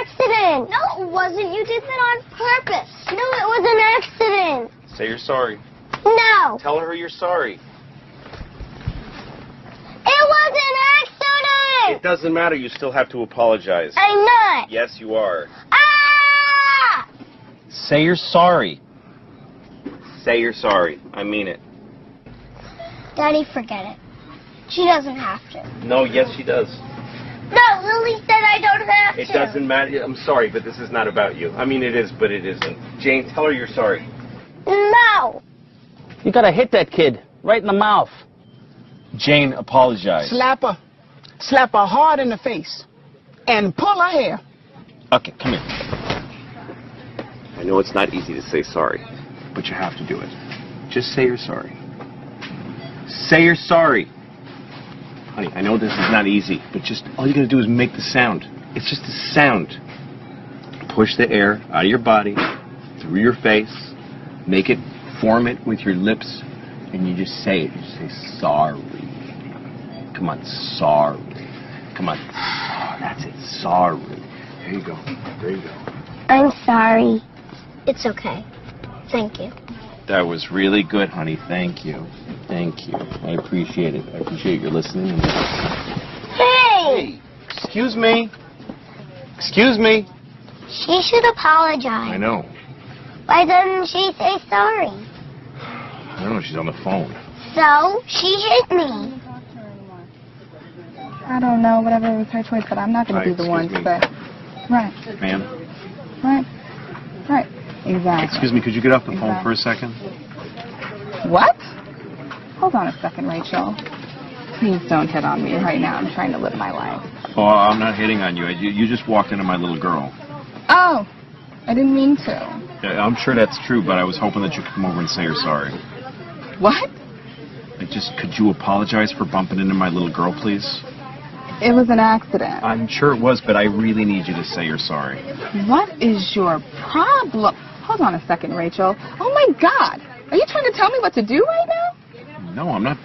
accident. No, it wasn't. You did that on purpose. No, it was an accident. Say you're sorry. No, Tell her you're sorry. it was an It accident. doesn't matter. You still have to apologize. I'm not. Yes, you are. Ah! Say you're sorry. Say you're sorry. I mean it. Daddy, forget it. She doesn't have to. No, yes, she does. No, Lily said I don't have It to. doesn't matter. I'm sorry, but this is not about you. I mean, it is, but it isn't. Jane, tell her you're sorry. No. You gotta hit that kid right in the mouth. Jane, apologize. Slap her. Slap her hard in the face. And pull her hair. Okay, come here. I know it's not easy to say sorry, but you have to do it. Just say you're sorry. Say you're sorry. Honey, I know this is not easy, but just all you gotta do is make the sound. It's just a sound. Push the air out of your body, through your face, make it, form it with your lips, and you just say it. You just say sorry. Come on, sorry. Come on, sorry. That's it, sorry. There you go. There you go. I'm sorry. It's okay. Thank you. That was really good, honey. Thank you. Thank you. I appreciate it. I appreciate your listening. Hey! Excuse me. Excuse me. She should apologize. I know. Why doesn't she say sorry? I don't know. She's on the phone. So, she hit me. I don't know, whatever was her choice, but I'm not going Hi, to be excuse the one me. to say. Right, Ma'am. right, right. Exactly. Excuse me. Could you get off the phone Exactly. for a second? What? Hold on a second, Rachel. Please don't hit on me right now. I'm trying to live my life. Oh, I'm not hitting on you. I- You, you just walked into my little girl. Oh, I didn't mean to. Yeah, I'm sure that's true, but I was hoping that you could come over and say you're sorry. What? Like, just could you apologize for bumping into my little girl, please? It was an accident. I'm sure it was, but I really need you to say you're sorry. What is your problem? Hold on a second, Rachel. Oh my God. Are you trying to tell me what to do right now? No, I'm not.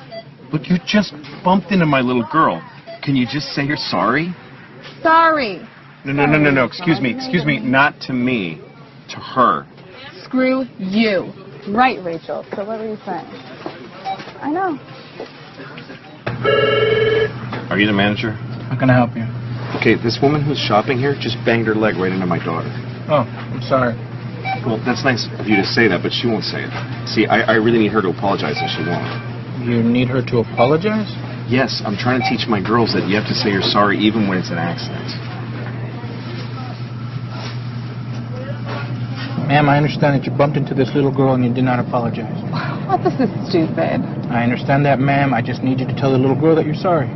Look, you just bumped into my little girl. Can you just say you're sorry? Sorry. No, no, no, no, no. Excuse me. Excuse me. Not to me. To her. Screw you. Right, Rachel. So what were you saying? I know. Are you the manager? How can I help you? Okay, this woman who's shopping here just banged her leg right into my daughter. Oh, I'm sorry. Well, that's nice of you to say that, but she won't say it. See, I, I really need her to apologize, and she won't. You need her to apologize? Yes, I'm trying to teach my girls that you have to say you're sorry even when it's an accident. Ma'am, I understand that you bumped into this little girl and you did not apologize. What? This is stupid. I understand that, ma'am. I just need you to tell the little girl that you're sorry.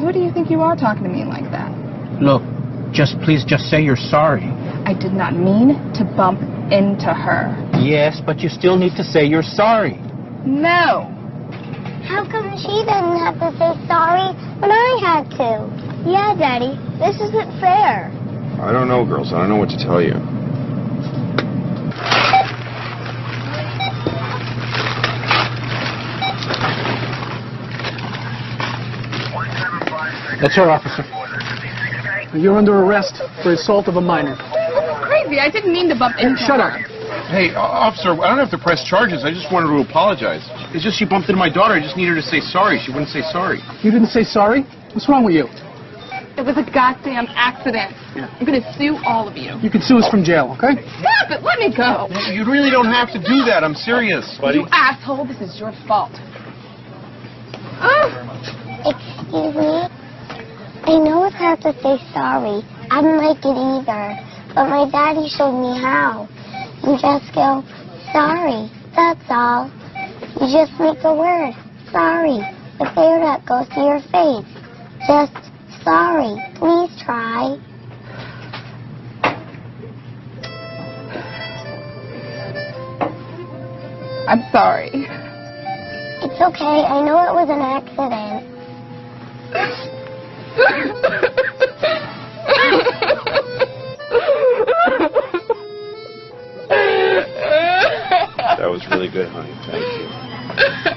Who do you think you are talking to me like that? Look, just please just say you're sorry. I did not mean to bump into her. Yes, but you still need to say you're sorry. No. How come she doesn't have to say sorry when I had to? Yeah, Daddy, this isn't fair. I don't know, girls. I don't know what to tell you. That's her, officer. You're under arrest for assault of a minor. This is crazy. I didn't mean to bump into Shut her. up. Hey, o- officer, I don't have to press charges. I just wanted to apologize. It's just she bumped into my daughter. I just need her to say sorry. She wouldn't say sorry. You didn't say sorry? What's wrong with you? It was a goddamn accident. I'm gonna sue all of you. You can sue us from jail, okay? Stop it. Let me go. You really don't have to do that. I'm serious. Buddy. You asshole. This is your fault. Oh. Excuse me? I know it's hard to say sorry. I don't like it either. But my daddy showed me how. You just go, sorry, that's all. You just make the word, sorry. The fear that goes to your face. Just, sorry, please try. I'm sorry. It's okay, I know it was an accident. That was really good, honey. Thank you.